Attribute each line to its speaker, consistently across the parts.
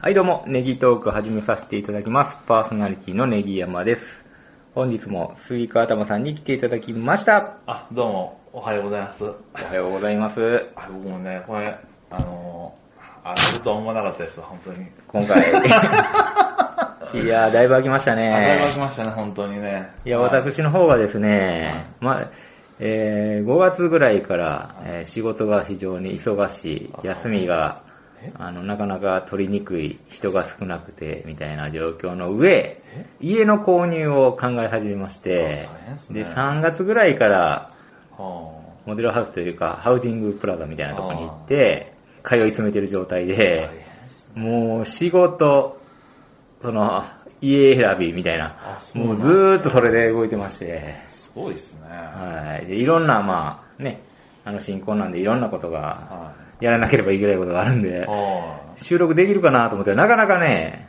Speaker 1: はいどうも、ネギトーク始めさせていただきます。パーソナリティのネギ山です。本日も杉川頭さんに来ていただきました。
Speaker 2: あ、どうも、おはようございます。
Speaker 1: おはようございます。
Speaker 2: あ僕もね、これ、あのー、あれとは思わなかったですわ、本当に。
Speaker 1: 今 回。いやー、だいぶ空きました
Speaker 2: 当たりま
Speaker 1: ね
Speaker 2: し。ましたね、本当にね。
Speaker 1: いや、私の方がですね、まあ、えー5月ぐらいから、えー仕事が非常に忙しい、休みが
Speaker 2: え、
Speaker 1: あの、なかなか取りにくい、人が少なくて、みたいな状況の上、家の購入を考え始めまして
Speaker 2: あ大変っ、すね
Speaker 1: で、3月ぐらいから、
Speaker 2: は
Speaker 1: モデルハウスというか、ハウジングプラザみたいなところに行って、通い詰めてる状態
Speaker 2: あ、
Speaker 1: で
Speaker 2: 大、変っすね。
Speaker 1: もう仕事、その、家選びみたいな
Speaker 2: あ、そうな
Speaker 1: も
Speaker 2: ん
Speaker 1: う
Speaker 2: です
Speaker 1: ず
Speaker 2: ね
Speaker 1: ーっとそれで動いてまして、
Speaker 2: すごいっすね。は
Speaker 1: はい。で、いろんな、まあ、ね、あの、新婚なんでいろんなこと
Speaker 2: い。
Speaker 1: が、
Speaker 2: は
Speaker 1: やらなければいけないことがあるんで、
Speaker 2: い。
Speaker 1: 収録できるかなと思って、なかなかね、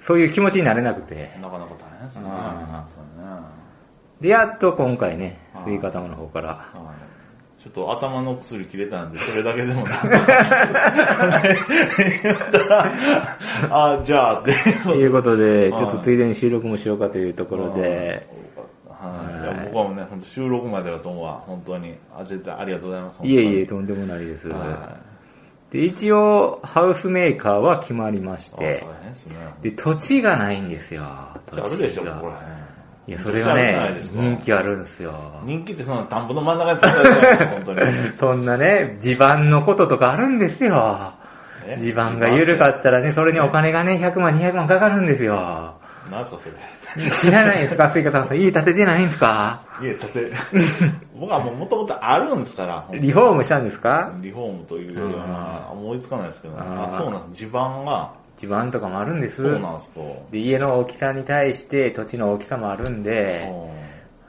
Speaker 1: そういう気持ちになれなくて、
Speaker 2: なかなか大変っすね。
Speaker 1: あ
Speaker 2: 本
Speaker 1: ー
Speaker 2: 当にね
Speaker 1: で、やっと今回ね
Speaker 2: あ、ー
Speaker 1: スイカ頭の方から、
Speaker 2: はいちょっと頭の薬切れたんで、それだけでも なんかあ、じゃあ、って。
Speaker 1: ということで、ちょっと
Speaker 2: はい
Speaker 1: ついでに収録もしようかというところで、
Speaker 2: はい、
Speaker 1: はい
Speaker 2: いや僕はもうね、本当収録までだと思うわ、本当に。あ、絶対ありがとうございます。
Speaker 1: いえいえ、
Speaker 2: え、
Speaker 1: とんでもないです。
Speaker 2: は
Speaker 1: で、一応、ハウスメーカーは決まりまし
Speaker 2: い。で
Speaker 1: て、、
Speaker 2: 大変ですね。
Speaker 1: で、土地がないんですよ。
Speaker 2: じゃああ
Speaker 1: 土地
Speaker 2: るでしょ、こ
Speaker 1: が
Speaker 2: こら
Speaker 1: い
Speaker 2: 辺。
Speaker 1: や、それがね、人
Speaker 2: 人
Speaker 1: 気
Speaker 2: 気。
Speaker 1: あるんですよ。
Speaker 2: 人気ってその田んぼの真ん中で立たないですよ 本当に。
Speaker 1: そんなね、地盤のこととかあるんですよ。
Speaker 2: え
Speaker 1: 地盤が緩かったらね、それにお金がね、100万、200万かかるんですよ。
Speaker 2: 何すか、それ。
Speaker 1: 知らない ですか、スイカさん。家建ててないんですか
Speaker 2: 家建て、僕はもう元々あるんですから、本当に
Speaker 1: リフォームしたんですか
Speaker 2: リフォームというよりはまあ、思いつかないですけどね。
Speaker 1: あー
Speaker 2: あ、そうなんです。地盤が、
Speaker 1: 地盤とかもあるんです。
Speaker 2: そうなんですよ。
Speaker 1: で家の大きさに対して土地の大きさもあるんで、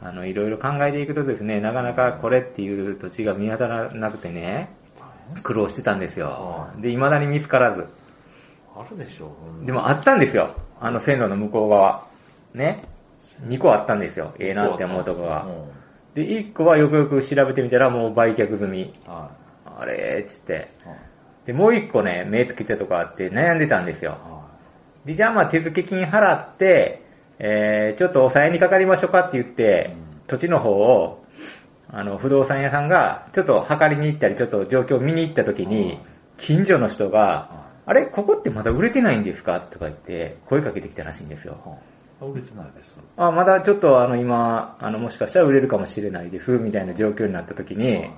Speaker 2: う
Speaker 1: あの、いろいろ考えていくとですね、なかなかこれっていう土地が見当たらなくてね、
Speaker 2: ん
Speaker 1: 苦労してたんですよ
Speaker 2: は。い
Speaker 1: で、未だに見つからず。
Speaker 2: あるでしょ。
Speaker 1: でもあったんですよ。あの線路の向こう側。ね。2個あったんですよ。ええなって思うとこが。で、1個はよくよく調べてみたらもう売却済み。
Speaker 2: うん。は
Speaker 1: あれーっつって。
Speaker 2: い。はい
Speaker 1: で、もう1個ね、目つけてとかあって悩んでたんですよ。で、じゃあまあ手付金払って、えー、ちょっと抑えにかかりましょうかって言って、
Speaker 2: うん
Speaker 1: 土地の方を、あの、不動産屋さんが、ちょっと測りに行ったり、ちょっと状況を見に行った時
Speaker 2: う
Speaker 1: に
Speaker 2: ん、
Speaker 1: 近所の人が、あれここってまだ売れてないんですかとか言って、声かけてきたらしいんですよ。
Speaker 2: あ売れてないです。
Speaker 1: あ、まだちょっとあの、今、あの、もしかしたら売れるかもしれないです、みたいな状況になった時に、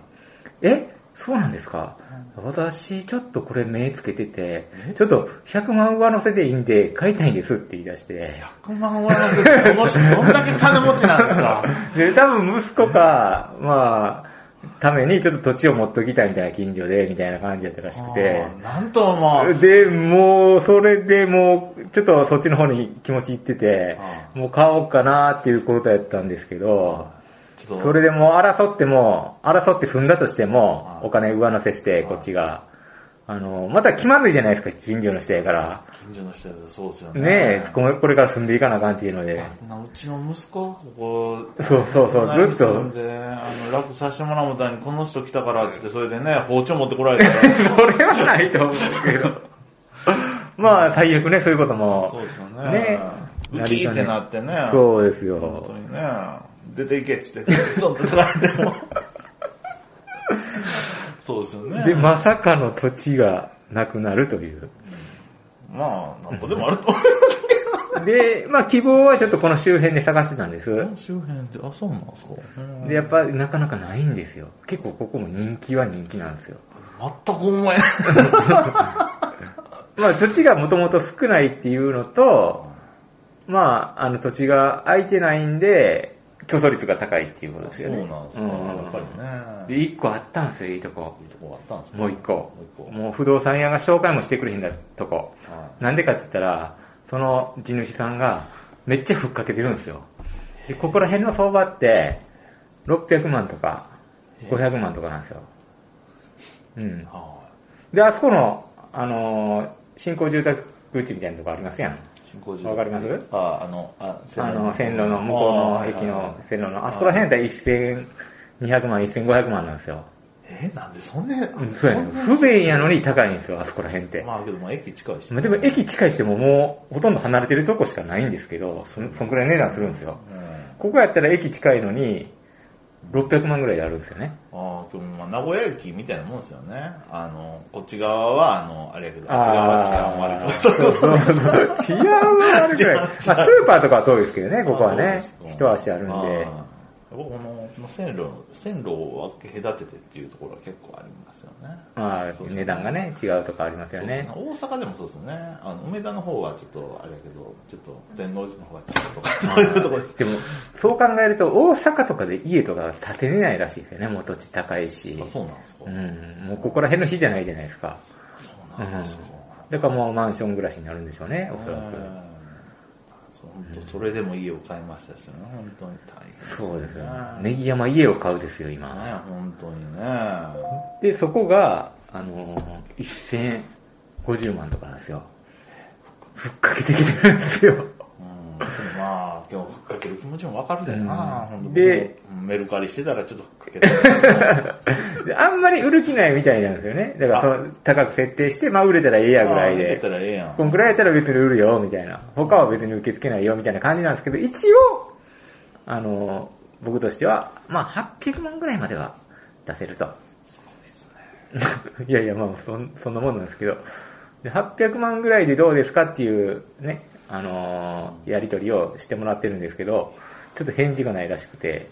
Speaker 1: えそうなんですか私、ちょっとこれ目つけてて、ちょっと100万上乗せでいいんで、買いたいんですって言い出して、
Speaker 2: 100万円はこの人どんだけ金持ちなんですか
Speaker 1: で、多分息子か、まあ、ためにちょっと土地を持っときたいみたいな近所で、みたいな感じだったらしくて
Speaker 2: あ、ーなんともう。
Speaker 1: で、もう、それでもう、ちょっとそっちの方に気持ちいってて
Speaker 2: あ、
Speaker 1: もう買おうかなっていうことやったんですけど、
Speaker 2: ちょっと、
Speaker 1: それでもう争っても、争って済んだとしても
Speaker 2: は、い
Speaker 1: お金上乗せして、こっちが。あの、また気まずいじゃないですか、近所の人やから。
Speaker 2: 近所の人やでそうですよね。
Speaker 1: ねえ、これこれから住んでいかなあかんっていうので。
Speaker 2: あんなうちの息子ここ、
Speaker 1: そうそうそう、ずっ
Speaker 2: 住ん
Speaker 1: と。
Speaker 2: で、あの、楽させてもらうみたいに、この人来たから、つって、それでね、包丁持ってこられたら、
Speaker 1: それはないと思うんですけ ど。まあ、最悪ね、そういうことも。
Speaker 2: そうですよね。
Speaker 1: ねえ
Speaker 2: ウキーってなってね。
Speaker 1: そうです
Speaker 2: 本当
Speaker 1: よ。
Speaker 2: にね、出ていけっつって、布団とられても。そうですよね。
Speaker 1: で、まさかの土地がなくなるという。
Speaker 2: まあ、なんぼでもあると思い
Speaker 1: で、まあ、希望はちょっとこの周辺で探してたんです。
Speaker 2: ます。周辺って、あ、そうなんですか。
Speaker 1: で、やっぱなかなかないんですよ。結構ここも人気は人気なんですよ。
Speaker 2: 全く思えない。
Speaker 1: まあ土地がもともと少ないっていうのと、まああの土地が空いてないんで、競争率が高いっていうことです
Speaker 2: そう
Speaker 1: よね。
Speaker 2: なんですか、やっぱり
Speaker 1: で、
Speaker 2: ね。
Speaker 1: 1個あったんですよ、いいとこ。
Speaker 2: いいとこあったんですか
Speaker 1: もう1個。
Speaker 2: もう一個。
Speaker 1: もう不動産屋が紹介もしてくれへんだとこ。
Speaker 2: は
Speaker 1: なんでかって言ったら、その地主さんがめっちゃふっかけてるんですよ。で、ここら辺の相場って、600万とか、500万とかなんですよ。うん
Speaker 2: い。。は
Speaker 1: で、あそこの、あのー、新興住宅地みたいなとこありますやん。
Speaker 2: い。新興住
Speaker 1: わかります
Speaker 2: あ、あの、あ、
Speaker 1: あの、線路の向こうの駅の線路の、あそこら辺だったら1200万、1500万なんですよ。
Speaker 2: え、なんでそんな、
Speaker 1: うんそうやね。不便やのに高いんですよ、あそこら辺って。
Speaker 2: まあけども駅近いし。
Speaker 1: まあ、でも駅近いしてももうほとんど離れてるとこしかないんですけど、そのそんくらいの値段するんですよ。
Speaker 2: うん。あ
Speaker 1: ここやったら駅近いのに、600万ぐらいであるんですよね。
Speaker 2: あ、でもまあ名古屋駅みたいなもんですよね。あの、こっち側は、あの、あれやけど、あっち側は治安悪いと。
Speaker 1: そうそう そう。治安は悪く ない。まあ、スーパーとかは遠いですけどね、ここは
Speaker 2: あ
Speaker 1: ね
Speaker 2: そう。ですか
Speaker 1: 一足あるんで。
Speaker 2: ああ僕このこの線路、線路を分け隔ててっていうところは結構ありますよね。
Speaker 1: まあ、
Speaker 2: そうそう
Speaker 1: 値段がね、違うとかありますよね。
Speaker 2: そうそう大阪でもそうですよね。あの、梅田の方はちょっと、あれやけど、ちょっと、天王寺の方がちょっととか、そういうところです。
Speaker 1: でも、そう考えると、大阪とかで家とか建てれないらしいですよね、もう土地高いし
Speaker 2: あ。そうなんですか。
Speaker 1: うん、もうここら辺の日じゃないじゃないですか。
Speaker 2: そう
Speaker 1: う
Speaker 2: なん
Speaker 1: ん
Speaker 2: ですか。
Speaker 1: だからもうマンション暮らしになるんでしょうね、おそら
Speaker 2: う
Speaker 1: く。
Speaker 2: んそう本当それでも家を買いましたしね、本当に大変ですね。
Speaker 1: そうですよ。ネギ山家を買うですよ、
Speaker 2: ね
Speaker 1: 今。
Speaker 2: 本当にね。
Speaker 1: で、そこが、あのー、1050万とかなんですよ。ふっかけてきてるんですよ。
Speaker 2: うんでもまあ、今日ふっかける気持ちもわかるだよな、
Speaker 1: うん
Speaker 2: ほんと
Speaker 1: で、
Speaker 2: 僕もメルカリしてたらちょっとふっかけたら
Speaker 1: であんまり売る気ないみたいなんですよね。だからその、高く設定して、まあ売れたらええやぐらい
Speaker 2: ああ出て
Speaker 1: で
Speaker 2: た。らええやん。
Speaker 1: こんくらいやったら別に売るよ、みたいな。他は別に受け付けないよ、みたいな感じなんですけど、一応、あの、僕としては、まあ、800万ぐらいまでは出せると。
Speaker 2: すごいです ね。
Speaker 1: いやいや、まあそん、そんなもんなんですけど、で800万ぐらいでどうですかっていうね、あのーやり取りをしてもらってるんですけど、ちょっと返事がないらしくて、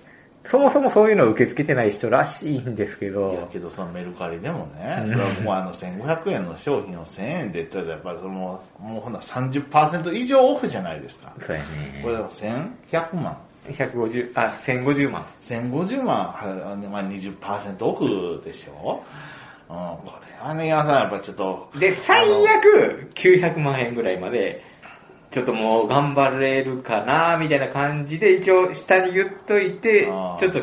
Speaker 1: そもそもそういうのを受け付けてない人らしいんですけ
Speaker 2: いや
Speaker 1: ど、
Speaker 2: けどそのメルカリでもね
Speaker 1: う、ん
Speaker 2: それはもうあの1500円の商品を1000円で言ったらやっぱりそのもうほんなら30%以上オフじゃないですか。
Speaker 1: そうや
Speaker 2: これ
Speaker 1: ね。
Speaker 2: は1100万。
Speaker 1: 150、あ、1050万。
Speaker 2: 1050万、はまあ、20%オフでしょ。うん、これはね、皆さんやっぱちょっと、
Speaker 1: で、最悪900万円ぐらいまで、ちょっともう頑張れるかな、みたいな感じで、一応下に言っといて、ち
Speaker 2: あ
Speaker 1: ょ
Speaker 2: ー
Speaker 1: っと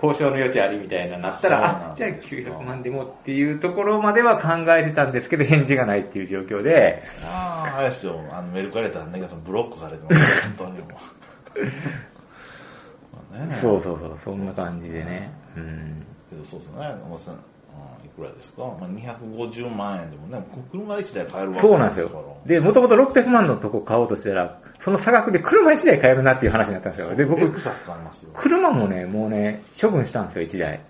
Speaker 1: 交渉の余地ありみたいななった
Speaker 2: そう
Speaker 1: ら、
Speaker 2: なん
Speaker 1: あ、じゃあ
Speaker 2: ですか
Speaker 1: 900万でもっていうところまでは考えてたんですけど、返事がないっていう状況で、
Speaker 2: ああ、あれですよ、あのメルカリだったらね、そのブロックさ れてます、本当にもう。 まあね
Speaker 1: そうそうそう、そんな感じでね。うん。
Speaker 2: けどそうですね、まあせんうん、いくらですか、まあ、250万円でもね、車1台買えるわけ
Speaker 1: そうなんですよ。で、もともと600万のとこ買おうとしたら、その差額で車1台買えるなっていう話になったんですよ。で、
Speaker 2: 僕、レ
Speaker 1: 僕
Speaker 2: ク、サス買いますよ。
Speaker 1: 車もね、もうね、処分したんですよ、1台。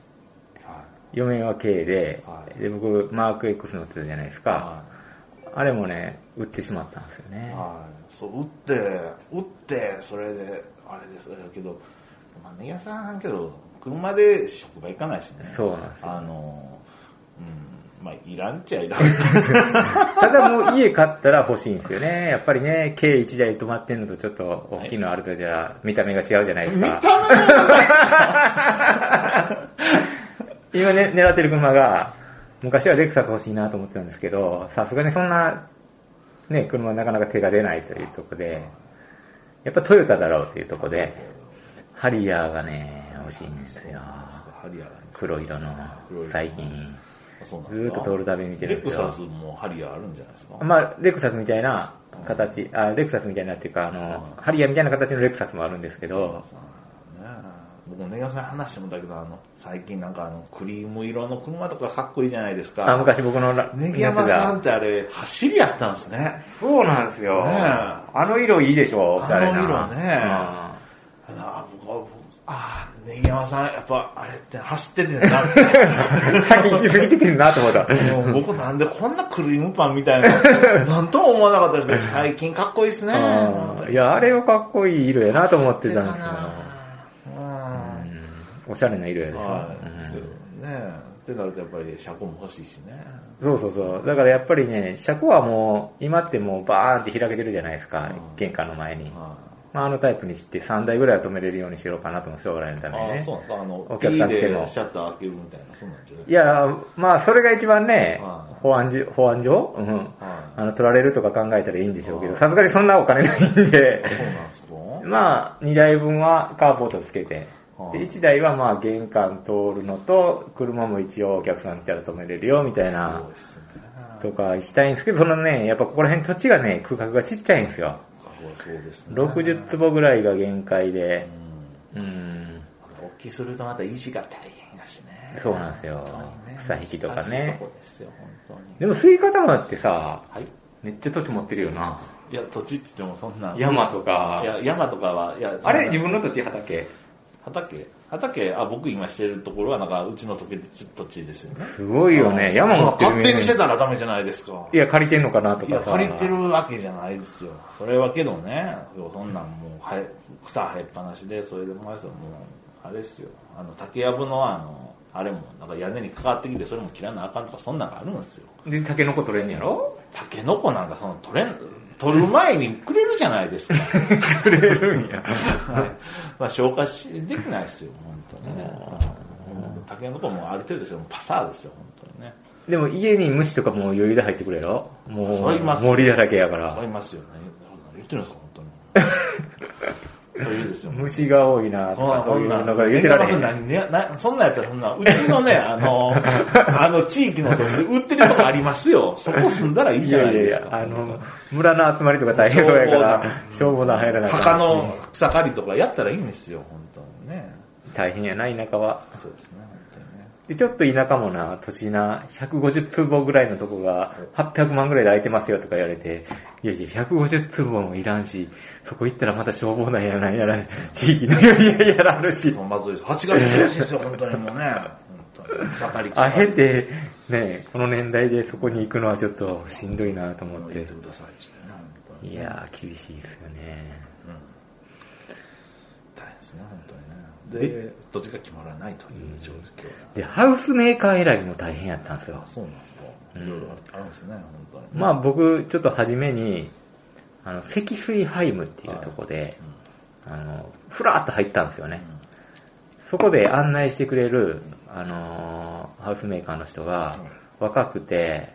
Speaker 2: は
Speaker 1: 嫁は K で、
Speaker 2: はい
Speaker 1: で僕マーク X 乗ってたじゃないです
Speaker 2: い。
Speaker 1: か、
Speaker 2: は
Speaker 1: あれもね売ってしまったんですよ
Speaker 2: い。
Speaker 1: ね、
Speaker 2: はい。そう、打って、打って、それで、あれです、あれだけど、まあ、ネギ屋さんけど、車で職場行かないしね。
Speaker 1: そうなんですよ
Speaker 2: あの、うん、まあ、いらんっちゃ いらん。
Speaker 1: ただもう家買ったら欲しいんですよねやっぱりね K1 台止まってんのとちょっと大きいのあるとじゃ見た目が違うじゃないですか今ね狙ってる車が昔はレクサス欲しいなと思ってたんですけどさすがにそんなね車なかなか手が出ないというとこでやっぱトヨタだろうというとこでハリアーがね欲しいんですよ
Speaker 2: ハリアーなんです
Speaker 1: 黒色の
Speaker 2: 黒色の
Speaker 1: 最近
Speaker 2: あそうなん
Speaker 1: ずーっと通るたびに見てるんで
Speaker 2: レク
Speaker 1: すよ
Speaker 2: サスもハリアーあるんじゃないですか。
Speaker 1: まあレクサスみたいな形あレクサスみたいなっていうかあのハリアーみたいな形のレクサスもあるんですけど
Speaker 2: さねえ僕もネギさんに話してもらったけど、あの、最近なんかあの、クリーム色の車とかかっこいいじゃないですか。
Speaker 1: あ昔僕のラ
Speaker 2: ネギ山さんってあれ、走りやったんですね。
Speaker 1: そうなんですよ
Speaker 2: ねえ
Speaker 1: あの色いいでしょおしゃれな
Speaker 2: あの色ねあのあ、僕は、僕あー、ネギ山さん、やっぱあれって走っててんなって。
Speaker 1: うん先行き過ぎててるなと思 った
Speaker 2: もう僕なんでこんなクリームパンみたいな、なんとも思わなかったですけど、最近かっこいいですね。本当
Speaker 1: うん
Speaker 2: に
Speaker 1: いやあれはかっこいい色やなと思ってたんですよ
Speaker 2: うんは
Speaker 1: うんおしゃれな色や
Speaker 2: い。
Speaker 1: でしょ、
Speaker 2: ね
Speaker 1: うん
Speaker 2: えってなるとやっぱり車庫も欲しいしね。
Speaker 1: そうそうそう。だからやっぱりね、車庫はもう、今ってもうバーンって開けてるじゃないですか、
Speaker 2: うん
Speaker 1: 玄関の前に。
Speaker 2: はい
Speaker 1: まあ、あのタイプにして3台ぐらいは止めれるようにしようかなと思う、将来のために
Speaker 2: ああ、
Speaker 1: ね
Speaker 2: そう。なんですか。あの
Speaker 1: お、客さん来ても
Speaker 2: P でシャッター開けるみたいな、そうなんじゃない
Speaker 1: いや、まあ、それが一番ね
Speaker 2: うん、
Speaker 1: 保安じ保安上うん。
Speaker 2: は
Speaker 1: あの、取られるとか考えたらいいんでしょうけ
Speaker 2: う
Speaker 1: ど、
Speaker 2: ん
Speaker 1: さすがにそんなお金ないんで
Speaker 2: い。、そうなんですか
Speaker 1: まあ、2台分はカーポートつけて、
Speaker 2: うん
Speaker 1: で1台はまあ、玄関通るのと、車も一応お客さん来たら止めれるよ、みたいな。
Speaker 2: そうですね。
Speaker 1: とかしたいんですけど、そのね、やっぱここら辺土地がね、空格がちっちゃいんですよ。
Speaker 2: そうですね。
Speaker 1: 60坪ぐらいが限界
Speaker 2: う
Speaker 1: で、
Speaker 2: ん。
Speaker 1: うん。
Speaker 2: また大きくするとまた維持が大変だしね。
Speaker 1: そうなんですよ
Speaker 2: 本当にね
Speaker 1: 草引きとかね
Speaker 2: 難しいとこですよ、本当
Speaker 1: で
Speaker 2: に。
Speaker 1: も、スイカ玉ってさ、
Speaker 2: はい。
Speaker 1: めっちゃ土地持ってるよな。
Speaker 2: いや、土地って言ってもそんな。
Speaker 1: 山とか
Speaker 2: い。や、山とかは、いや、
Speaker 1: あれ、
Speaker 2: そん
Speaker 1: 自
Speaker 2: な
Speaker 1: 分の土地畑。
Speaker 2: 畑畑、あ、僕今してるところは、なんか、うちの土地土地ですよね。
Speaker 1: すごいよ
Speaker 2: あ
Speaker 1: ね。山持ってる
Speaker 2: 勝手にしてたらダメじゃないですか。
Speaker 1: いや、借りてんのかなと
Speaker 2: い
Speaker 1: か
Speaker 2: や、
Speaker 1: さ。
Speaker 2: 借りてるわけじゃないですよ。それはけどね、そんなんもう、生え草生えっぱなしで、それでもあれですよ、もう、あれですよ。あの、竹やぶの、あの、あれも、なんか屋根にかかってきて、それも切らなあかんとか、そんなんがあるんですよ。
Speaker 1: で、タケノコ取れんやろ
Speaker 2: タケノコなんか、その、取れん、取る前にくれるじゃない ですか。
Speaker 1: くれるんや。
Speaker 2: はい。まあ、消化し、できないですよ、本当にね。うんタケノコもある程度ですよ、パサーですよ、本当にね。
Speaker 1: でも、家に虫とかもう余裕で入ってくれろもう、
Speaker 2: そります
Speaker 1: 森だらけやから
Speaker 2: そ。りますよね。言ってるんですか、 本当に。そういうですよ。
Speaker 1: 虫が多いなと
Speaker 2: そんな
Speaker 1: か、そ
Speaker 2: そ
Speaker 1: うんいう
Speaker 2: な
Speaker 1: のが言ってられへ
Speaker 2: そ
Speaker 1: ん
Speaker 2: ん。なねなそんなんやったらそんな、うちの ね、あの、あの地域の土地で売ってるとこありますよ。そこ住んだらいい
Speaker 1: い
Speaker 2: じゃな
Speaker 1: や
Speaker 2: い
Speaker 1: いやい
Speaker 2: ですか。
Speaker 1: や、あの、村の集まりとか大変そうやから、消防団入らない
Speaker 2: 墓の草刈りとかやったらいいんですよ、本当にね。
Speaker 1: 大変やな、田舎は。
Speaker 2: そうですね、本当にね。
Speaker 1: で、ちょっと田舎もな、土地な、150坪ぐらいのとこが、800万ぐらいで空いてますよとか言われて、いやいや、150坪もいらんし、そこ行ったらまた消防団やらん やら、地域の寄り合いやらあるし
Speaker 2: そ、うまずいです。8月1日ですよ、本当にもうね。本当に草刈り
Speaker 1: あえ
Speaker 2: て。
Speaker 1: て、ね、この年代でそこに行くのはちょっとしんどいなと思っ
Speaker 2: 言ってて、くださいってね、本当に
Speaker 1: いやー、厳しいですよね。
Speaker 2: うん大変ですね、本当にね。
Speaker 1: で
Speaker 2: で、土地が決まらないという状況なんですね
Speaker 1: で、ハウスメーカー選びも大変やったんですよ
Speaker 2: あ。そうなんですか。
Speaker 1: う
Speaker 2: い
Speaker 1: ん
Speaker 2: ろいろあるんですね、本当に。
Speaker 1: まあ僕、ちょっと初めに、あの、積水ハイムっていうとこで、あの、ふらっと入ったんですよ
Speaker 2: うん
Speaker 1: ね。そこで案内してくれる、あのーハウスメーカーの人が、若くて、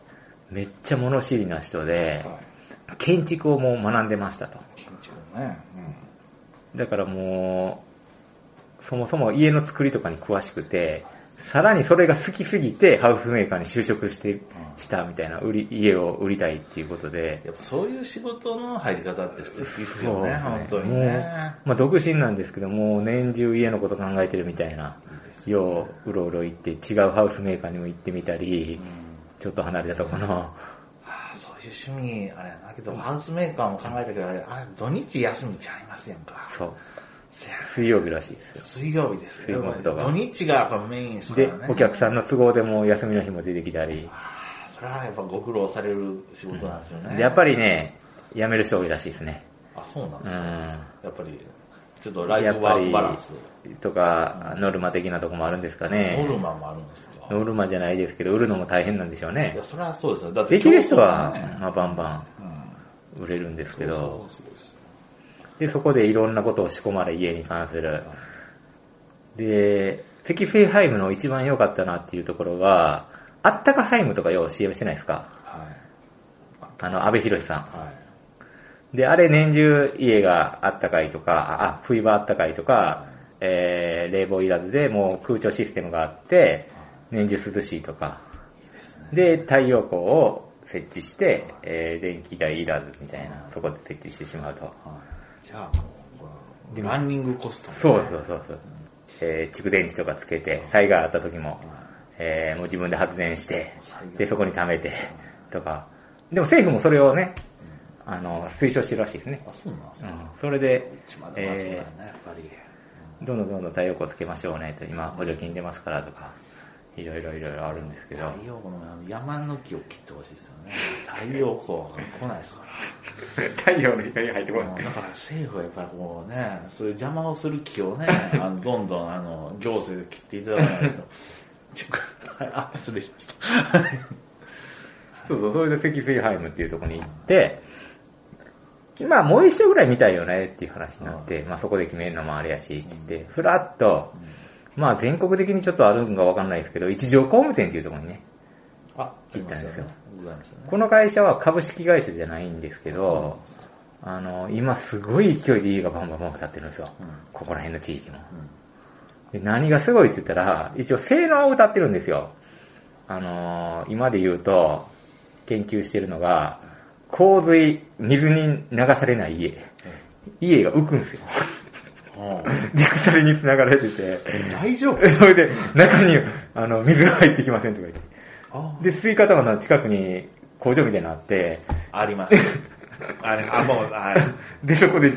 Speaker 1: めっちゃ物知りな人
Speaker 2: うん
Speaker 1: で、
Speaker 2: はい
Speaker 1: 建築をもう学んでましたと。
Speaker 2: 建築ね。
Speaker 1: だからもう、そもそも家の作りとかに詳しくて、さらにそれが好きすぎて、ハウスメーカーに就職して、したみたいな、売り、家を売りたいっていうことで、
Speaker 2: やっぱそういう仕事の入り方って素敵ですよね、
Speaker 1: そう
Speaker 2: 本
Speaker 1: ですね
Speaker 2: 当に
Speaker 1: もう
Speaker 2: ね。
Speaker 1: まあ、独身なんですけど、もう年中家のこと考えてるみたいな、よううろうろ行って、違うハウスメーカーにも行ってみたり
Speaker 2: うん、
Speaker 1: ちょっと離れたとこの、
Speaker 2: ああそういう趣味、あれやなけど、ハウスメーカーも考えたけど、あれ、あれ土日休みちゃいますやんか。
Speaker 1: そう、
Speaker 2: せや
Speaker 1: 水曜日らしいですよ。
Speaker 2: 水曜日ですけど、
Speaker 1: 水曜日とか
Speaker 2: 土日がやっぱメインですか
Speaker 1: で
Speaker 2: らね。、
Speaker 1: お客さんの都合でも休みの日も出てきたり、
Speaker 2: ああそれはやっぱご苦労される仕事なんですよね。
Speaker 1: でやっぱりね、辞める人多いらしいですね。
Speaker 2: あ、そうなんで
Speaker 1: う
Speaker 2: すか。
Speaker 1: ん。
Speaker 2: やっぱり、ちょっとライフワークバランス。
Speaker 1: とか、ノルマ的なとこもあるんですか
Speaker 2: ノル
Speaker 1: ね。
Speaker 2: マもあるんですか。
Speaker 1: ノルマじゃないですけど、売るのも大変なんでしょう
Speaker 2: い
Speaker 1: ね
Speaker 2: や、。それはそうですよ。だって、
Speaker 1: できる人は、
Speaker 2: 競争ね
Speaker 1: まあ、バンバ
Speaker 2: うん。
Speaker 1: ン売れるんですけ
Speaker 2: 競
Speaker 1: ど
Speaker 2: 争、すごいですよ
Speaker 1: で、そこでいろんなことを仕込まれ、家に関する。で、積水ハイムの一番良かったなっていうところが、あったかハイムとかよう CM してないですか
Speaker 2: はい。
Speaker 1: あの、安部博さん。
Speaker 2: はい。
Speaker 1: で、あれ年中家があったかいとか、あ、冬場あったかいとか、えー、冷房いらずでもう空調システムがあって、年中涼しいとか。
Speaker 2: いいですね。
Speaker 1: で、太陽光を設置して、えー、電気代いらずみたいな、そこで設置してしまうと。
Speaker 2: はい。じゃあ、もう、これランニングコストもね
Speaker 1: そうそうそうそう。えー、蓄電池とかつけて、災害あった時も、えー、もう自分で発電して、で、そこに貯めて、とか。でも政府もそれをね、あの、推奨してるらしいですね。
Speaker 2: あ、そうなんです
Speaker 1: う
Speaker 2: か。
Speaker 1: ん、それで
Speaker 2: うちま、で待つんだ
Speaker 1: え
Speaker 2: よね、やっぱり。
Speaker 1: ー、どんどんどんどん太陽光つけましょうねと、今補助金出ますからとか、いろいろいろいろあるんですけど、
Speaker 2: 太陽光の山の木を切ってほしいですよね。太陽光が来ないですから。
Speaker 1: 太陽の光が入ってこ
Speaker 2: も
Speaker 1: な
Speaker 2: う
Speaker 1: い。
Speaker 2: だから政府はやっぱりこうね、そういう邪魔をする気 をね、あのどんどんあの行政で切っていただか ないと。ちょっとはいあ、失礼しました。
Speaker 1: そうそう、それで積水ハイムっていうところに行って、まあもう一緒ぐらい見たいよねっていう話になって、まあそこで決めるのもあれやし、つって、ふらっと、まあ全国的にちょっとあるんかわかんないですけど、一条工務店っていうところにね、
Speaker 2: あ、
Speaker 1: 行ったんですよ
Speaker 2: ございますよね。
Speaker 1: この会社は株式会社じゃないんですけ
Speaker 2: そうな
Speaker 1: ど
Speaker 2: んですよ、
Speaker 1: あの、今すごい勢いで家がバンバンバンバン建ってるんですよ
Speaker 2: うん。
Speaker 1: ここら辺の地域も。
Speaker 2: うん
Speaker 1: で何がすごいって言ったら、一応性能を歌ってるんですよ。あのー今で言うと、研究してるのが、洪水、水に流されない家。家が浮くんですよ。 で、鎖に繋がられてて、
Speaker 2: 大丈 夫
Speaker 1: それで、中に、あの、水が入ってきませんとか言って。
Speaker 2: あ
Speaker 1: で、吸い方はな近くに工場みたいなのあって、
Speaker 2: あります。 あれ、あ、もう、あ
Speaker 1: で、そこで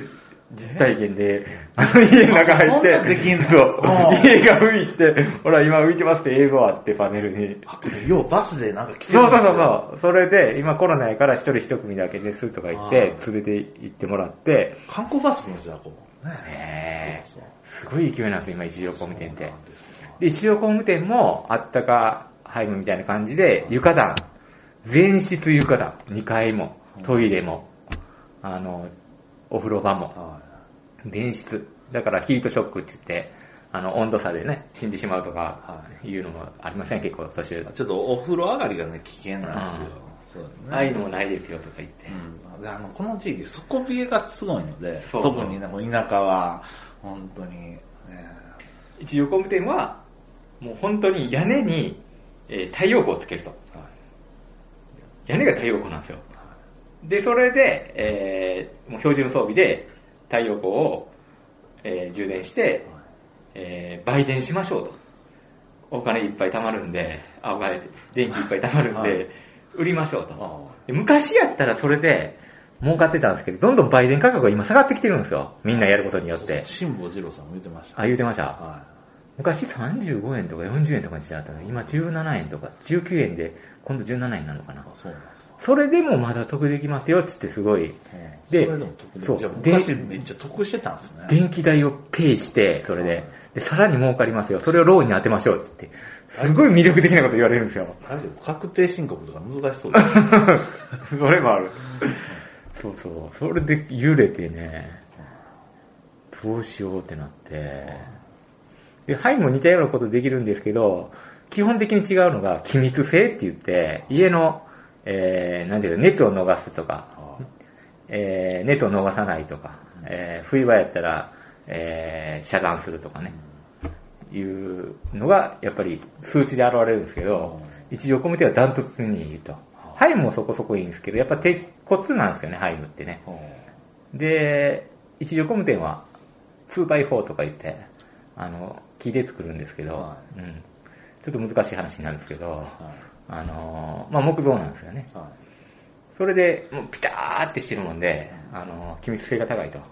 Speaker 1: 実体験で、あの家の中入っ
Speaker 2: あそんなんできん
Speaker 1: て、
Speaker 2: の
Speaker 1: そう
Speaker 2: あ、ー
Speaker 1: 家が浮いて、ほら、今浮いてますって映像あって、パネルに。
Speaker 2: あこれようバスでなんか来て
Speaker 1: そうそうそう
Speaker 2: う。
Speaker 1: そう。それで、今コロナやから一人一組だけですとか言って
Speaker 2: あ、ー
Speaker 1: 連れて行ってもらって、
Speaker 2: 観光バス来るんですよ、ここ。
Speaker 1: ねえ
Speaker 2: そうそ
Speaker 1: す
Speaker 2: う
Speaker 1: ごい勢いなんですよ、今、一条工務店っ
Speaker 2: そう
Speaker 1: て
Speaker 2: な。んですよ
Speaker 1: で、一条工務店も、あったかハイムみたいな感じで、床暖。全室床暖。2階も、トイレも、あの、お風呂場も。
Speaker 2: は
Speaker 1: 電室。だからヒートショックって言って、あの、温度差でね、死んでしまうとか
Speaker 2: は、
Speaker 1: いうのもありません、結構、途中
Speaker 2: い。。ちょっとお風呂上がりがね、危険なんですよ。そうだ
Speaker 1: ああいうのもないですよ、とか言って。
Speaker 2: うん、であのこの地域、底冷えがすごいので、
Speaker 1: そう
Speaker 2: 特に、ね、もう田舎は、本当に、ね、
Speaker 1: 一応工務店は、もう本当に屋根に、えー太陽光をつけると。
Speaker 2: はい
Speaker 1: 屋根が太陽光なんですよ。で、それで、えーもう標準装備で太陽光を、えー充電して、えー売電しましょうと。お金いっぱい貯まるんで、あ、お金、電気いっぱい貯まるん
Speaker 2: は
Speaker 1: で
Speaker 2: い、
Speaker 1: 売りましょうと。
Speaker 2: は
Speaker 1: で昔やったらそれで儲かってたんですけど、どんどん売電価格が今下がってきてるんですよ。みんなやることに
Speaker 2: い
Speaker 1: よって。
Speaker 2: 辛坊二郎さんも言ってました。
Speaker 1: あ、言うてました。
Speaker 2: は
Speaker 1: 昔35円とか40円とかにしてあったのに、今17円とか19円で、今度17円なのか
Speaker 2: い、
Speaker 1: な
Speaker 2: あ。そうなんですか。
Speaker 1: それでもまだ得できますよっつってすごい、で
Speaker 2: それでも得
Speaker 1: そう
Speaker 2: で、じゃあ
Speaker 1: で
Speaker 2: 昔めっちゃ得してたんですね。
Speaker 1: 電気代をペイして、それで、でさらに儲かりますよ。それをローンに当てましょうっつって。すごい魅力的なこと言われるんですよ。
Speaker 2: 大丈夫確定申告とか難しそうです ね。
Speaker 1: それもある。そうそう。それで揺れてね、どうしようってなって。で、ハイも似たようなことできるんですけど、基本的に違うのが、気密性って言って、家の、えー、なんていうか、熱を逃すとか、
Speaker 2: はい
Speaker 1: えー、熱を逃さないとか、えー、冬場やったら、えー、遮断するとかね、いうのが、やっぱり数値で現れるんですけど、一条コメテはダントツにいいと。ハイムもそこそこいいんですけど、やっぱ鉄骨なんですよね、ハイムってね。で、一条コムテは 2x4 とか言って、あの、木で作るんですけど、
Speaker 2: は
Speaker 1: うん。ちょっと難しい話になるんですけど、
Speaker 2: は
Speaker 1: あの、まあ、木造なんですよね。
Speaker 2: いは
Speaker 1: それで、もうピターってしてるもんで、あの、気密性が高いと。
Speaker 2: いうん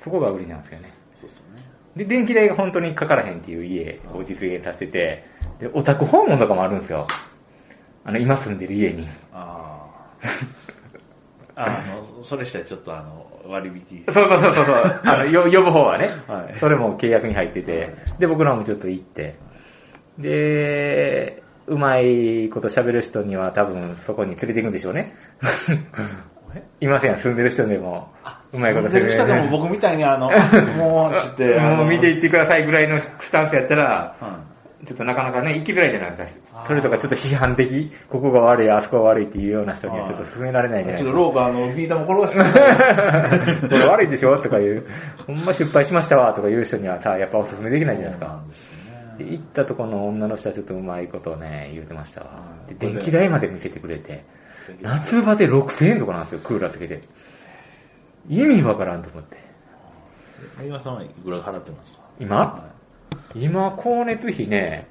Speaker 1: そこが売りなんですよね。
Speaker 2: そうですよね。
Speaker 1: で、電気代が本当にかからへんっていう家を実現させてて、で、オタク訪問とかもあるんですよ。あの、今住んでる家に。
Speaker 2: あ あ。あの、それしたらちょっとあの、割引。
Speaker 1: そうそうそうそうそう。あの、よ呼ぶ方はね、
Speaker 2: はい
Speaker 1: それも契約に入ってて、で、僕らもちょっと行って、で、うまいこと喋る人には多分そこに連れて行くんでしょう ね。
Speaker 2: え
Speaker 1: いません、住んでる人でも、うまいこと
Speaker 2: 住んでる人でも
Speaker 1: も
Speaker 2: 僕みたいに あの、もう、ちって。あの
Speaker 1: もう見ていってくださいぐらいのスタンスやったら、
Speaker 2: うん
Speaker 1: ちょっとなかなかね、行きづらいじゃないです
Speaker 2: あ
Speaker 1: か。
Speaker 2: ー
Speaker 1: それとかちょっと批判的、ここが悪い、あそこが悪いっていうような人にはちょっと勧められないじゃない
Speaker 2: ち
Speaker 1: です
Speaker 2: ょっと
Speaker 1: か。
Speaker 2: ローがあの、ビー玉転がしてくださ
Speaker 1: こ
Speaker 2: い
Speaker 1: れ悪いでしょとかいう、ほんま失敗しましたわとか言う人にはさ、やっぱお勧めできないじゃないです
Speaker 2: そうな
Speaker 1: か。
Speaker 2: んです
Speaker 1: で
Speaker 2: ね。
Speaker 1: 行ったとこの女の人はちょっとうまいことをね、言うてましたわ。
Speaker 2: うん
Speaker 1: で、電気代まで見せてくれて、夏場で6000円とかなんですよ、クーラーつけて。意味わからんと思って。
Speaker 2: 三浦さんはいくら払ってますか
Speaker 1: 今今、光熱費ね、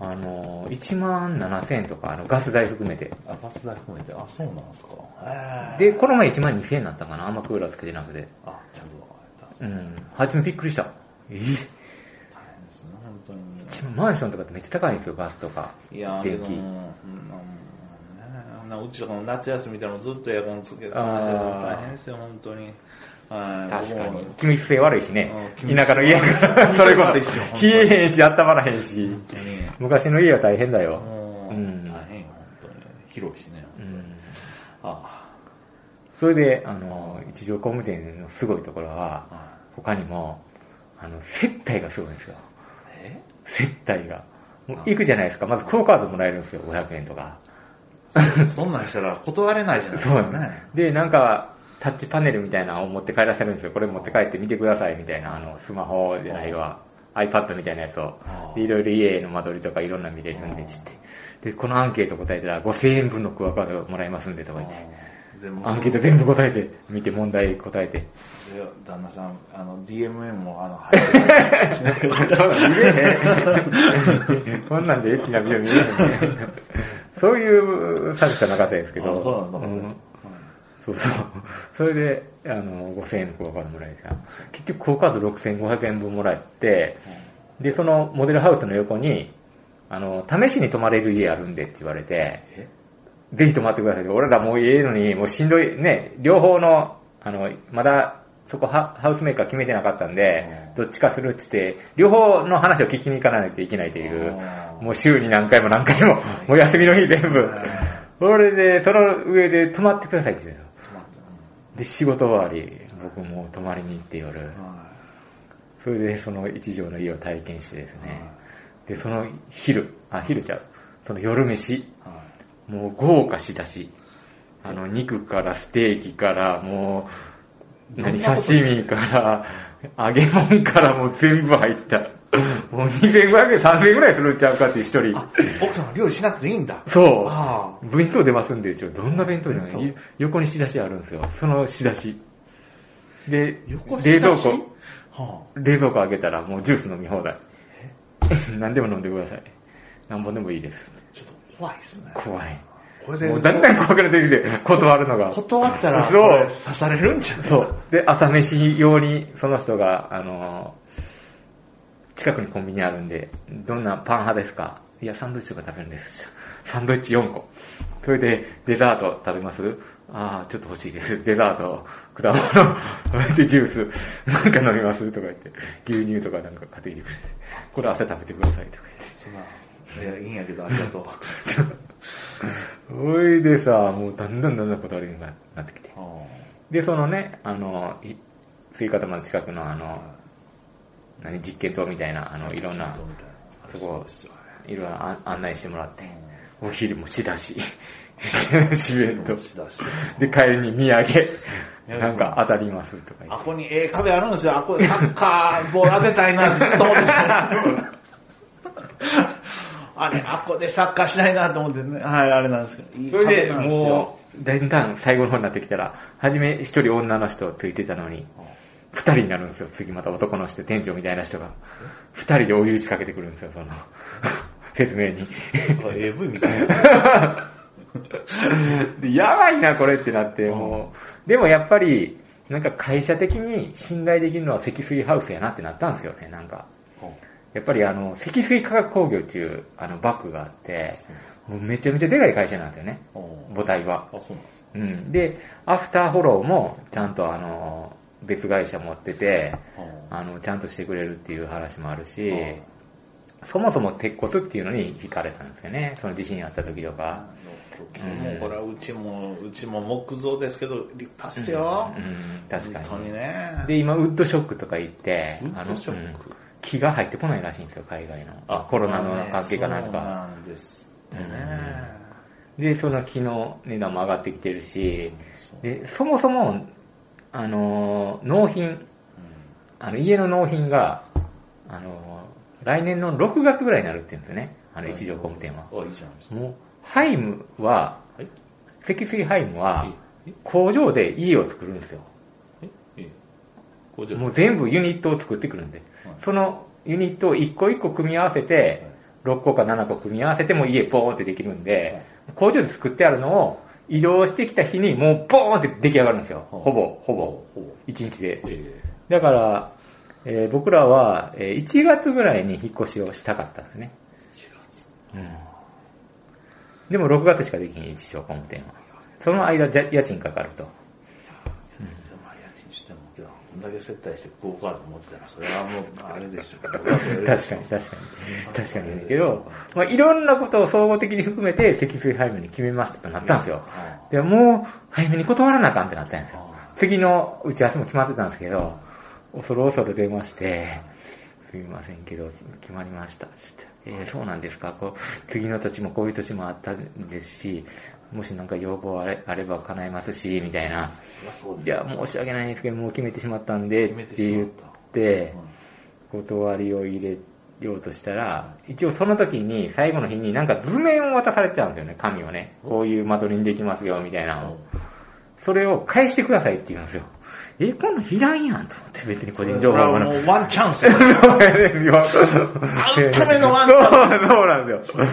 Speaker 1: あの、1万7000円とか、あの、ガス代含めて。
Speaker 2: あ、バス代含めて。あ、そうなんですか。
Speaker 1: で、
Speaker 2: こ
Speaker 1: この前1万2000円になったかな、あんまクーラーつけてなくて。
Speaker 2: あ、ちゃんとあれだ
Speaker 1: うん、初めびっくりした。え
Speaker 2: 大変ですね、本当に。
Speaker 1: マンションとかってめっちゃ高いんですよ、ガスとか。
Speaker 2: いやー、け
Speaker 1: 電
Speaker 2: ど
Speaker 1: 気。
Speaker 2: もう、うんまあもうねあんなうちとかの夏休みみたいなのずっとエアコンつけてましたけど
Speaker 1: あー
Speaker 2: 大変ですよ、本当に。はい
Speaker 1: 確かに
Speaker 2: 僕も。
Speaker 1: 気密性悪いしね
Speaker 2: うん。気密性
Speaker 1: 田舎の家やから、それこ
Speaker 2: 悪いっ すよ
Speaker 1: そ。冷えへんし、温まらへんし。
Speaker 2: 本当に。
Speaker 1: 昔の家は大変だよ。
Speaker 2: もう、
Speaker 1: うん
Speaker 2: 大変よ、本当に。広いしね。
Speaker 1: うん
Speaker 2: あ
Speaker 1: それで、あの、一条工務店のすごいところは、
Speaker 2: あ。
Speaker 1: 他にも、あの、接待がすごいんですよ。
Speaker 2: え
Speaker 1: 接待が。もう行くじゃないですか。まずクオカードもらえるんですよ、500円とか。
Speaker 2: そんなんしたら断れないじゃないで す
Speaker 1: そう
Speaker 2: か
Speaker 1: なんです
Speaker 2: ね。
Speaker 1: で、なんか、タッチパネルみたいなのを持って帰らせるんですよ。これ持って帰って見てくださいみたいな、あの、スマホじゃないわ、iPad みたいなやつを
Speaker 2: あ。あ
Speaker 1: で、いろいろ家への間取りとかいろんなの見れるんで、ちって。で、このアンケート答えたら5000円分のクオカードもらえますんでとか言って。
Speaker 2: 全部
Speaker 1: アンケート全部答えて、見て問題答えて。
Speaker 2: で旦那さん、あの、DMM も、あの、入ってなかった
Speaker 1: 見れへん。こんなんでエッチなビデオ見れへんね。そういう差しかなかったですけ ど。
Speaker 2: あそうなんだ
Speaker 1: うんそう そう。それで、あの、5000円のクオカードもらえた。結局クオカード6500円分もらって、で、そのモデルハウスの横に、あの、試しに泊まれる家あるんでって言われて、
Speaker 2: え
Speaker 1: ぜひ泊まってくださいって。俺らもう家いるのに、もうしんどい、ね、両方の、あの、まだ、そこハハウスメーカー決めてなかったんで、
Speaker 2: う
Speaker 1: どっちかするっつって、両方の話を聞きに行かないといけないという、
Speaker 2: うん
Speaker 1: もう週に何回も何回も、もう休みの日全部。それで、その上で泊まってくださいって言うの。
Speaker 2: ちょっと待って
Speaker 1: で、仕事終わり、僕もう泊まりに行って夜、
Speaker 2: うんは
Speaker 1: それでその一条の家を体験してですね
Speaker 2: は、
Speaker 1: で、その昼、あ、昼ちゃう、その夜飯、
Speaker 2: いは
Speaker 1: もう豪華仕出し。あの、肉からステーキから、もう、何、刺身から、揚げ物からもう全部入った。もう2500円、3000円ぐらいするんちゃうかっていう一人。
Speaker 2: い奥さんは料理しなくていいんだ。
Speaker 1: そ
Speaker 2: あ
Speaker 1: う。弁当出ますんで、一応、どんな弁当でもいい
Speaker 2: 弁
Speaker 1: 横に仕出しあるんですよ。その仕出し。で
Speaker 2: あ。横、
Speaker 1: 冷
Speaker 2: 仕出し
Speaker 1: 蔵庫、
Speaker 2: は
Speaker 1: 冷蔵庫開けたらもうジュース飲み放題。 何でも飲んでください。何本でもいいです。
Speaker 2: あ、ちょっと怖いですね。
Speaker 1: 怖い。
Speaker 2: これで、
Speaker 1: もうだんだん怖くなってき て、断るのが。
Speaker 2: 断ったら、
Speaker 1: そう
Speaker 2: これ刺されるんじゃない
Speaker 1: そう。で、朝飯用に、その人が、あのー近くにコンビニあるんで、どんなパン派ですかいや、サンドイッチとか食べるんです。 サンドイッチ4個。それで、デザート食べますああ、ちょっと欲しいです。デザート、果物、 それでジュース、なんか飲みますとか言って、牛乳とかなんか買ってきてくれて、これ朝食べてくださいとか言って。
Speaker 2: そんな、いや、いいんやけど、ありがとう。
Speaker 1: ちょ おいでさ、もうだんだんだんだん断るようになってきて。
Speaker 2: は
Speaker 1: で、そのね、あの、いスイカ玉の近くのあの、何、実験棟みたいな、あの、いろんな、とこいろいろあ案内してもらって、お昼もしだし、し弁当。
Speaker 2: しだし。
Speaker 1: で、帰りに土
Speaker 2: 産
Speaker 1: 産、なんか当たりますとか言
Speaker 2: あ
Speaker 1: っ
Speaker 2: こにええ壁あるんですよ。あこサッカーボール当てたいなってずっと思ってた。あれ、あこでサッカーしないなと思ってね。はい、あれなんですけど。い
Speaker 1: て。
Speaker 2: い
Speaker 1: それ
Speaker 2: 壁
Speaker 1: で、
Speaker 2: なんですよ
Speaker 1: も。う、だんだん最後の方になってきたら、はじめ一人女の人ついてたのに、二人になるんですよ。次また男の人、店長みたいな人が。二人で追い打ちかけてくるんですよ、その、 説明に。
Speaker 2: なんか AV みたいな。
Speaker 1: でやばいな、これってなって、
Speaker 2: うん
Speaker 1: もう。でもやっぱり、なんか会社的に信頼できるのは積水ハウスやなってなったんですよね、なんか。やっぱりあの、積水化学工業っていうあのバッグがあって、もうめちゃめちゃでかい会社なんですよね、母体は。
Speaker 2: あ、そうなんです
Speaker 1: うん。で、アフターフォローもちゃんとあの、別会社持ってて、あの、ちゃんとしてくれるっていう話もあるし、そもそも鉄骨っていうのに惹かれたんですよね、その地震あった時とか。
Speaker 2: もうこれはうちも、うちも木造ですけど、立派っすよ。
Speaker 1: うん、確かに。
Speaker 2: 本当にね。
Speaker 1: で、今、ウッドショックとか言って、
Speaker 2: ウッドショック
Speaker 1: あのうん木が入ってこないらしいんですよ、海外の。コロナの関係かなん
Speaker 2: そう
Speaker 1: か。
Speaker 2: なんですってね。
Speaker 1: で、その木の値段も上がってきてるし、
Speaker 2: そう
Speaker 1: で、そもそも、あのー、納品、
Speaker 2: う
Speaker 1: あの、家の納品が、あのー、来年の6月ぐらいになるって言うんですよね、あの、
Speaker 2: ん
Speaker 1: 一条工務店は。
Speaker 2: あ、いいじゃないですか。
Speaker 1: もう、ハイムは、
Speaker 2: はい。
Speaker 1: 積水ハイムは、
Speaker 2: え
Speaker 1: 工場で家を作るんですよ。
Speaker 2: ええ工場
Speaker 1: もう全部ユニットを作ってくるんで、そのユニットを一個一個組み合わせて、6個か7個組み合わせても家ポーンってできるんで、工場で作ってあるのを移動してきた日にもうポーンって出来上がるんですよ。
Speaker 2: はい
Speaker 1: ほぼ、ほぼ
Speaker 2: ほ。ぼ。
Speaker 1: 1日で。
Speaker 2: え
Speaker 1: だから、えー僕らはえー1月ぐらいに引っ越しをしたかったんですね。
Speaker 2: え月。
Speaker 1: うんでも6月しかできん、一生工務店は。その間、じゃ家賃かかると。
Speaker 2: まあ、家賃しても、こんだけ接待してゴーカード持ってたら、それはもう、あれでしょ。確
Speaker 1: 確かに、確かに。確かにだけど、まあ、いろんなことを総合的に含めて、積水配分に決めましたとなったんですよ。でもう、早めに断らなあかんってなったんですよ
Speaker 2: あ。
Speaker 1: 次の打ち合わせも決まってたんですけど、恐る恐る電話して、すみませんけど、決まりました。つってえーそうなんですかこう、次の土地もこういう土地もあったんですし、もしなんか要望あれあれば叶えますし、みたいな。
Speaker 2: そう
Speaker 1: いや、申し訳ないんですけど、もう決めてしまったんで、っ
Speaker 2: 決め
Speaker 1: て
Speaker 2: てしま
Speaker 1: 言
Speaker 2: っ
Speaker 1: ったて、断りを入れようとしたら、一応その時に、最後の日になんか図面を渡されてたんですよね、紙をね。こういう間取りにできますよ、みたいなのを。それを返してくださいって言うんですよ。え、こんなんいらんやんと思って、別に個人
Speaker 2: そ
Speaker 1: 情報
Speaker 2: れは
Speaker 1: もな
Speaker 2: も
Speaker 1: く
Speaker 2: うワンチャンスよ。
Speaker 1: 会
Speaker 2: 会うためのワンちゃん
Speaker 1: そうそうなんですよ。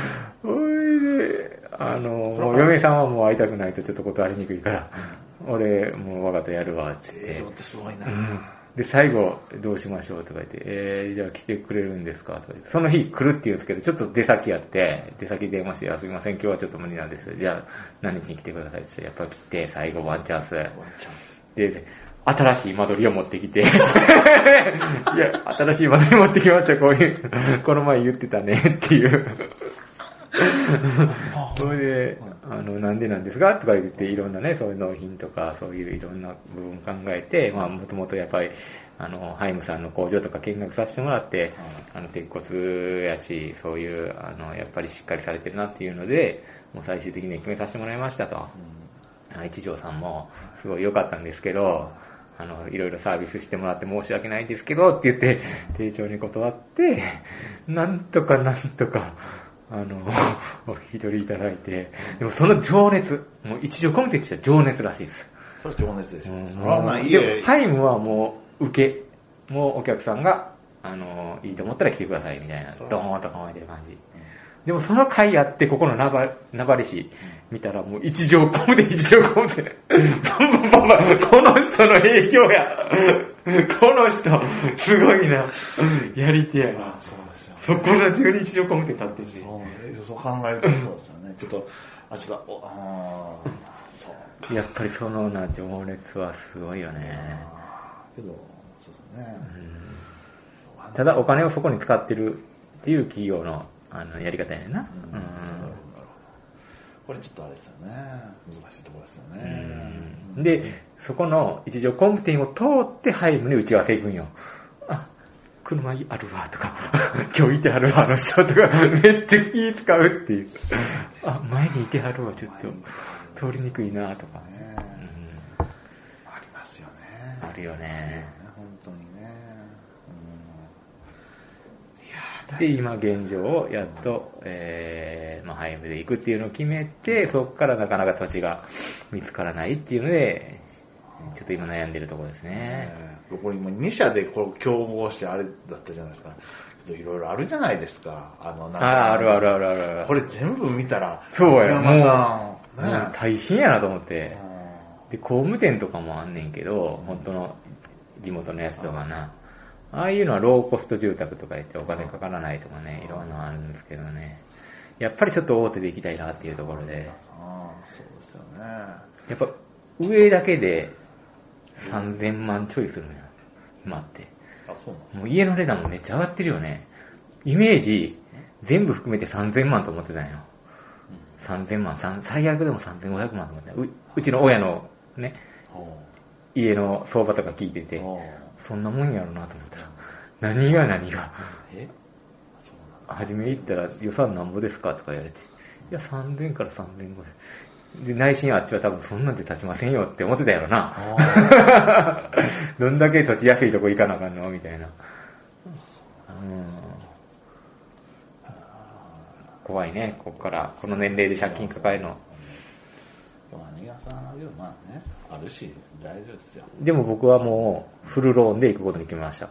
Speaker 1: それで、あの、もう嫁さんはもう会いたくないとちょっと断りにくいから、俺、もうわかったやるわ、つっ
Speaker 2: 成
Speaker 1: て
Speaker 2: 長っ。てすごいな。
Speaker 1: うんで、最後、どうしましょうとか言って、えー、じゃあ来てくれるんですかとか言って、その日来るって言うんですけど、ちょっと出先やって、出先電話して、あすいません、今日はちょっと無理なんです。じゃあ、何日に来てくださいって言って、やっぱ来て、最後ワンチャンス。
Speaker 2: ワンチャンス。
Speaker 1: で、新しい間取りを持ってきて、 いや、新しい間取り持ってきました、こういう、この前言ってたねっていう。それで、あの、なんでなんですかとか言って、いろんなね、そういう納品とか、そういういろんな部分考えて、まあ、もともとやっぱり、あの、ハイムさんの工場とか見学させてもらって、あの、鉄骨やし、そういう、あの、やっぱりしっかりされてるなっていうので、もう最終的には決めさせてもらいましたと。あ一条さんもすごい良かったんですけど、あの、いろいろサービスしてもらって申し訳ないんですけどって言って、丁重に断って、なんとかなんとか、あの、お引き取りいただいて、でもその情熱、もう一条コミティした情熱らしいです。
Speaker 2: それ情熱でし
Speaker 1: う
Speaker 2: ょ。
Speaker 1: ん
Speaker 2: それはまあ、いい
Speaker 1: で
Speaker 2: え
Speaker 1: も、ハイムはもう受け、もうお客さんが、あの、いいと思ったら来てくださいみたいな、
Speaker 2: そ
Speaker 1: ド
Speaker 2: う
Speaker 1: ーンと構えてる感じ。でもその回やって、ここの名張名張市見たらもう一条コムで一条コムで、バンバンバンバン、この人の影響や。この人、すごいな。やり手や。
Speaker 2: あそうですよ。
Speaker 1: そこら中に一条コムで立ってて。
Speaker 2: そう、そう考えるとそうですよね。ちょっと、あ、ちょっと、おあーそう。
Speaker 1: やっぱりそのな情熱はすごいよね。
Speaker 2: あーけど、そうですね。
Speaker 1: うんただお金をそこに使ってるっていう企業のあのやり方やねんな。
Speaker 2: うん
Speaker 1: う
Speaker 2: なるほどなんるほどこれちょっとあれですよね。難しいところですよね。
Speaker 1: うんで、そこの一条工務店を通ってハイムに打ち合わせ行くんよ。あ、車あるわとか、 今日いてはるわあの人とか、 めっちゃ気使うっていう。あ、前にいてはるわちょっと、通りにくいなとか。
Speaker 2: ね
Speaker 1: うん
Speaker 2: ありますよね。
Speaker 1: あるよね。
Speaker 2: 本当にね。うん、いやー
Speaker 1: で、今現状をやっと、えー、まあ、ハイムで行くっていうのを決めて、そこからなかなか土地が見つからないっていうので、ちょっと今悩んでるところですね。
Speaker 2: ねえこれ今2社でこう競合してあれだったじゃないですか。ちょっといろいろあるじゃないですか。あの、なんか
Speaker 1: ああー、あるあるあるあるある。
Speaker 2: これ全部見たら、
Speaker 1: そうや、
Speaker 2: 山
Speaker 1: もう
Speaker 2: さん、ね
Speaker 1: もう大変やなと思って
Speaker 2: え。
Speaker 1: で、工務店とかもあんねんけど、本当の地元のやつとかな。ああいうのはローコスト住宅とか言ってお金かからないとかね、いろんなのあるんですけどね。やっぱりちょっと大手で行きたいなっていうところで。
Speaker 2: あーそうですよね。
Speaker 1: やっぱ上だけで3000万ちょいするのよ。今って。
Speaker 2: あ、そうなんです
Speaker 1: もう家の値段もめっちゃ上がってるよね。イメージ、全部含めて3000万と思ってたんよ。3000万、さん最悪でも3500万と思ってたううちの親のね、
Speaker 2: ほ
Speaker 1: 家の相場とか聞いて
Speaker 2: う
Speaker 1: て、
Speaker 2: ほう
Speaker 1: そんなもんやろなと思ったら、何が何が、
Speaker 2: えそうなんだ
Speaker 1: 初め行ったら予算なんぼですかとか言われて、いや、3000から3500。で、内心あっちは多分そんなんで立ちませんよって思ってたやろな。
Speaker 2: あー
Speaker 1: どんだけ土地安いとこ行かなあかんのみたいな。うん怖いね、ここから、この年齢で借金抱えるの。
Speaker 2: まあ何がさんだけど、まあね、あるし、大丈夫ですよ。
Speaker 1: でも僕はもう、フルローンで行くことに決めました。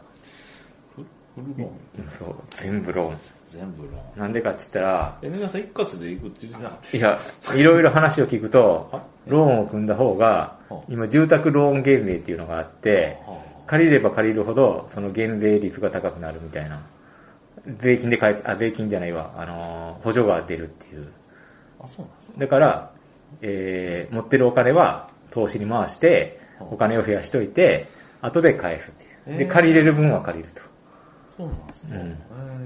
Speaker 2: フフルローン。
Speaker 1: そう、全部ローン。
Speaker 2: 全部ローン。
Speaker 1: なんでかって言ったら、
Speaker 2: え、皆さん一括で行くって言ってなかった
Speaker 1: いや、いろいろ話を聞くと
Speaker 2: は、
Speaker 1: ローンを組んだ方が
Speaker 2: は、
Speaker 1: 今住宅ローン減税っていうのがあって
Speaker 2: はあ、
Speaker 1: 借りれば借りるほど、その減税率が高くなるみたいな。税金で買え、あ、税金じゃないわ、あのー、補助が出るっていう。
Speaker 2: あ、そうなんですか
Speaker 1: だから、えー持ってるお金は投資に回して、
Speaker 2: はあ
Speaker 1: お金を増やしといて、後で返すっていう。で、
Speaker 2: えー
Speaker 1: 借りれる分は借りると。
Speaker 2: そうなんですね。
Speaker 1: うん
Speaker 2: え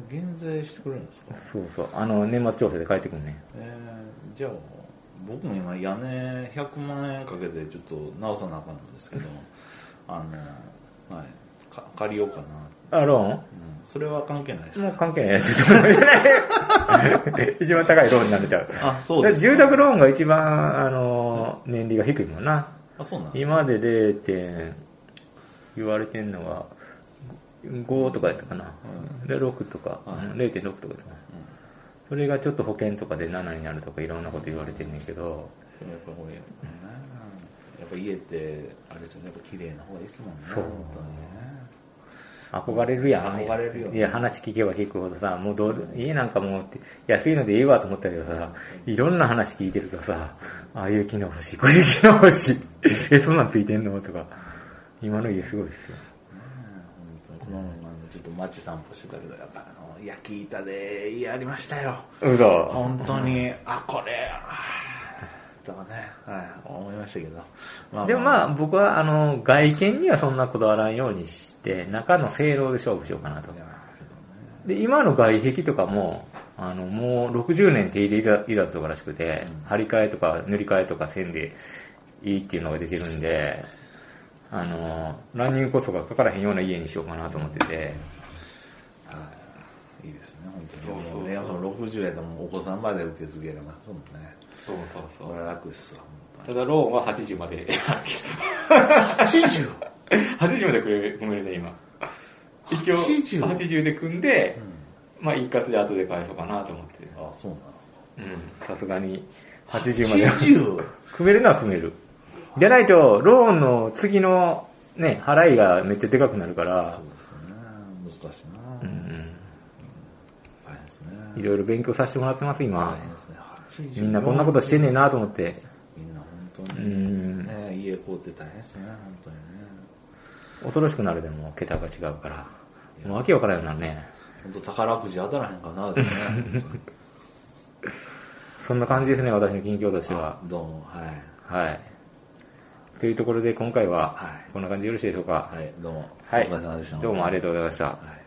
Speaker 2: ー減税してくれるんですか
Speaker 1: そうそう。あの、年末調整で返ってくるね。
Speaker 2: えー、じゃあ、僕も今屋根100万円かけてちょっと直さなあかんんですけど、あの、はい、か借りようかな。
Speaker 1: あ、ローン
Speaker 2: うん、それは関係ないです
Speaker 1: もう
Speaker 2: か
Speaker 1: 関係 ないやつ。一番高いローンになれちゃう。
Speaker 2: あ、そうですか
Speaker 1: だから住宅ローンが一番、あの、年利が低いもんな。
Speaker 2: あ、そうなんですか
Speaker 1: 今まで0点、言われてんのが、5とかやったかな。で、6とか、
Speaker 2: うん
Speaker 1: うん0.6とかやったかな。それがちょっと保険とかで7になるとかいろんなこと言われてんねんけど、
Speaker 2: うん、やっぱこれ、ね、やっぱ家って、あれですよね、やっぱ綺麗な方がいいですもんね。
Speaker 1: そう
Speaker 2: 本当にね。
Speaker 1: 憧れるやん。
Speaker 2: 憧れるよ
Speaker 1: いや、話聞けば聞くほどさ、もうどう、家なんかもうって安いのでいいわと思ったけどさ、いろんな話聞いてるとさ、ああいう機能欲しい、こういう機能欲しい、 え、そんなんついてんのとか、今の家すごいですよ。
Speaker 2: ねえ本当にこの前もちょっと街散歩してたけど、やっぱあの、焼き板で家ありましたよ。
Speaker 1: うそ
Speaker 2: 本当に、あ、これ、あーとかね、はい、思いましたけど。ま
Speaker 1: でもまあ、僕はあの、外見にはそんなこだわらんようにして、中の性能で勝負しようかなと
Speaker 2: い。や
Speaker 1: で、今の外壁とかも、あの、もう60年手入れいだとからしくて、
Speaker 2: うん
Speaker 1: 張り替えとか塗り替えとか線でいいっていうのが出てるんで、あの、ランニングコストがかからへんような家にしようかなと思ってて、
Speaker 2: はいいいですね、本当
Speaker 3: そう
Speaker 2: に。
Speaker 3: そう
Speaker 2: もうね、その60やともうお子さんまで受け継げれますもんね。
Speaker 3: そうそうそ
Speaker 2: これ
Speaker 3: う。
Speaker 2: は楽っすわ、
Speaker 3: ただローンは80ま で。80
Speaker 2: 80!
Speaker 3: までくれ、ごめんなさい、今。一応、
Speaker 2: 80
Speaker 3: 80で組んで
Speaker 2: うん、。
Speaker 3: まあ一括で後で返そうかなと思って。
Speaker 2: あ、そうなんですか。
Speaker 3: うん。
Speaker 1: さすがに80までは。
Speaker 2: 80!
Speaker 1: 組めるのは組める。じゃないと、ローンの次のね、払いがめっちゃでかくなるから
Speaker 2: そう、ですね、難しいな。
Speaker 1: うん
Speaker 2: 大変です
Speaker 1: うん、い
Speaker 2: ね。
Speaker 1: ろいろ勉強させてもらってます、今
Speaker 2: 大。変ですね、80
Speaker 1: みんなこんなことしてんねんなと思って。
Speaker 2: みんな本当
Speaker 1: う
Speaker 2: に。
Speaker 1: ん
Speaker 2: ね、家買うって大変ですね、本当にね。
Speaker 1: 恐ろしくなるでも桁が違うから。もう訳分からんようになるね。
Speaker 2: 本当宝くじ当たらへんか な、ですね。本当に
Speaker 1: そんな感じですね、私の近況としては。
Speaker 2: どうも、はい。
Speaker 1: はい。というところで今回は
Speaker 2: は、
Speaker 1: こんな感じでよろしいでしょうか。
Speaker 2: はい、どうも。
Speaker 1: はい。
Speaker 2: お疲れ様でした。
Speaker 1: どうもありがとうございました。
Speaker 2: はい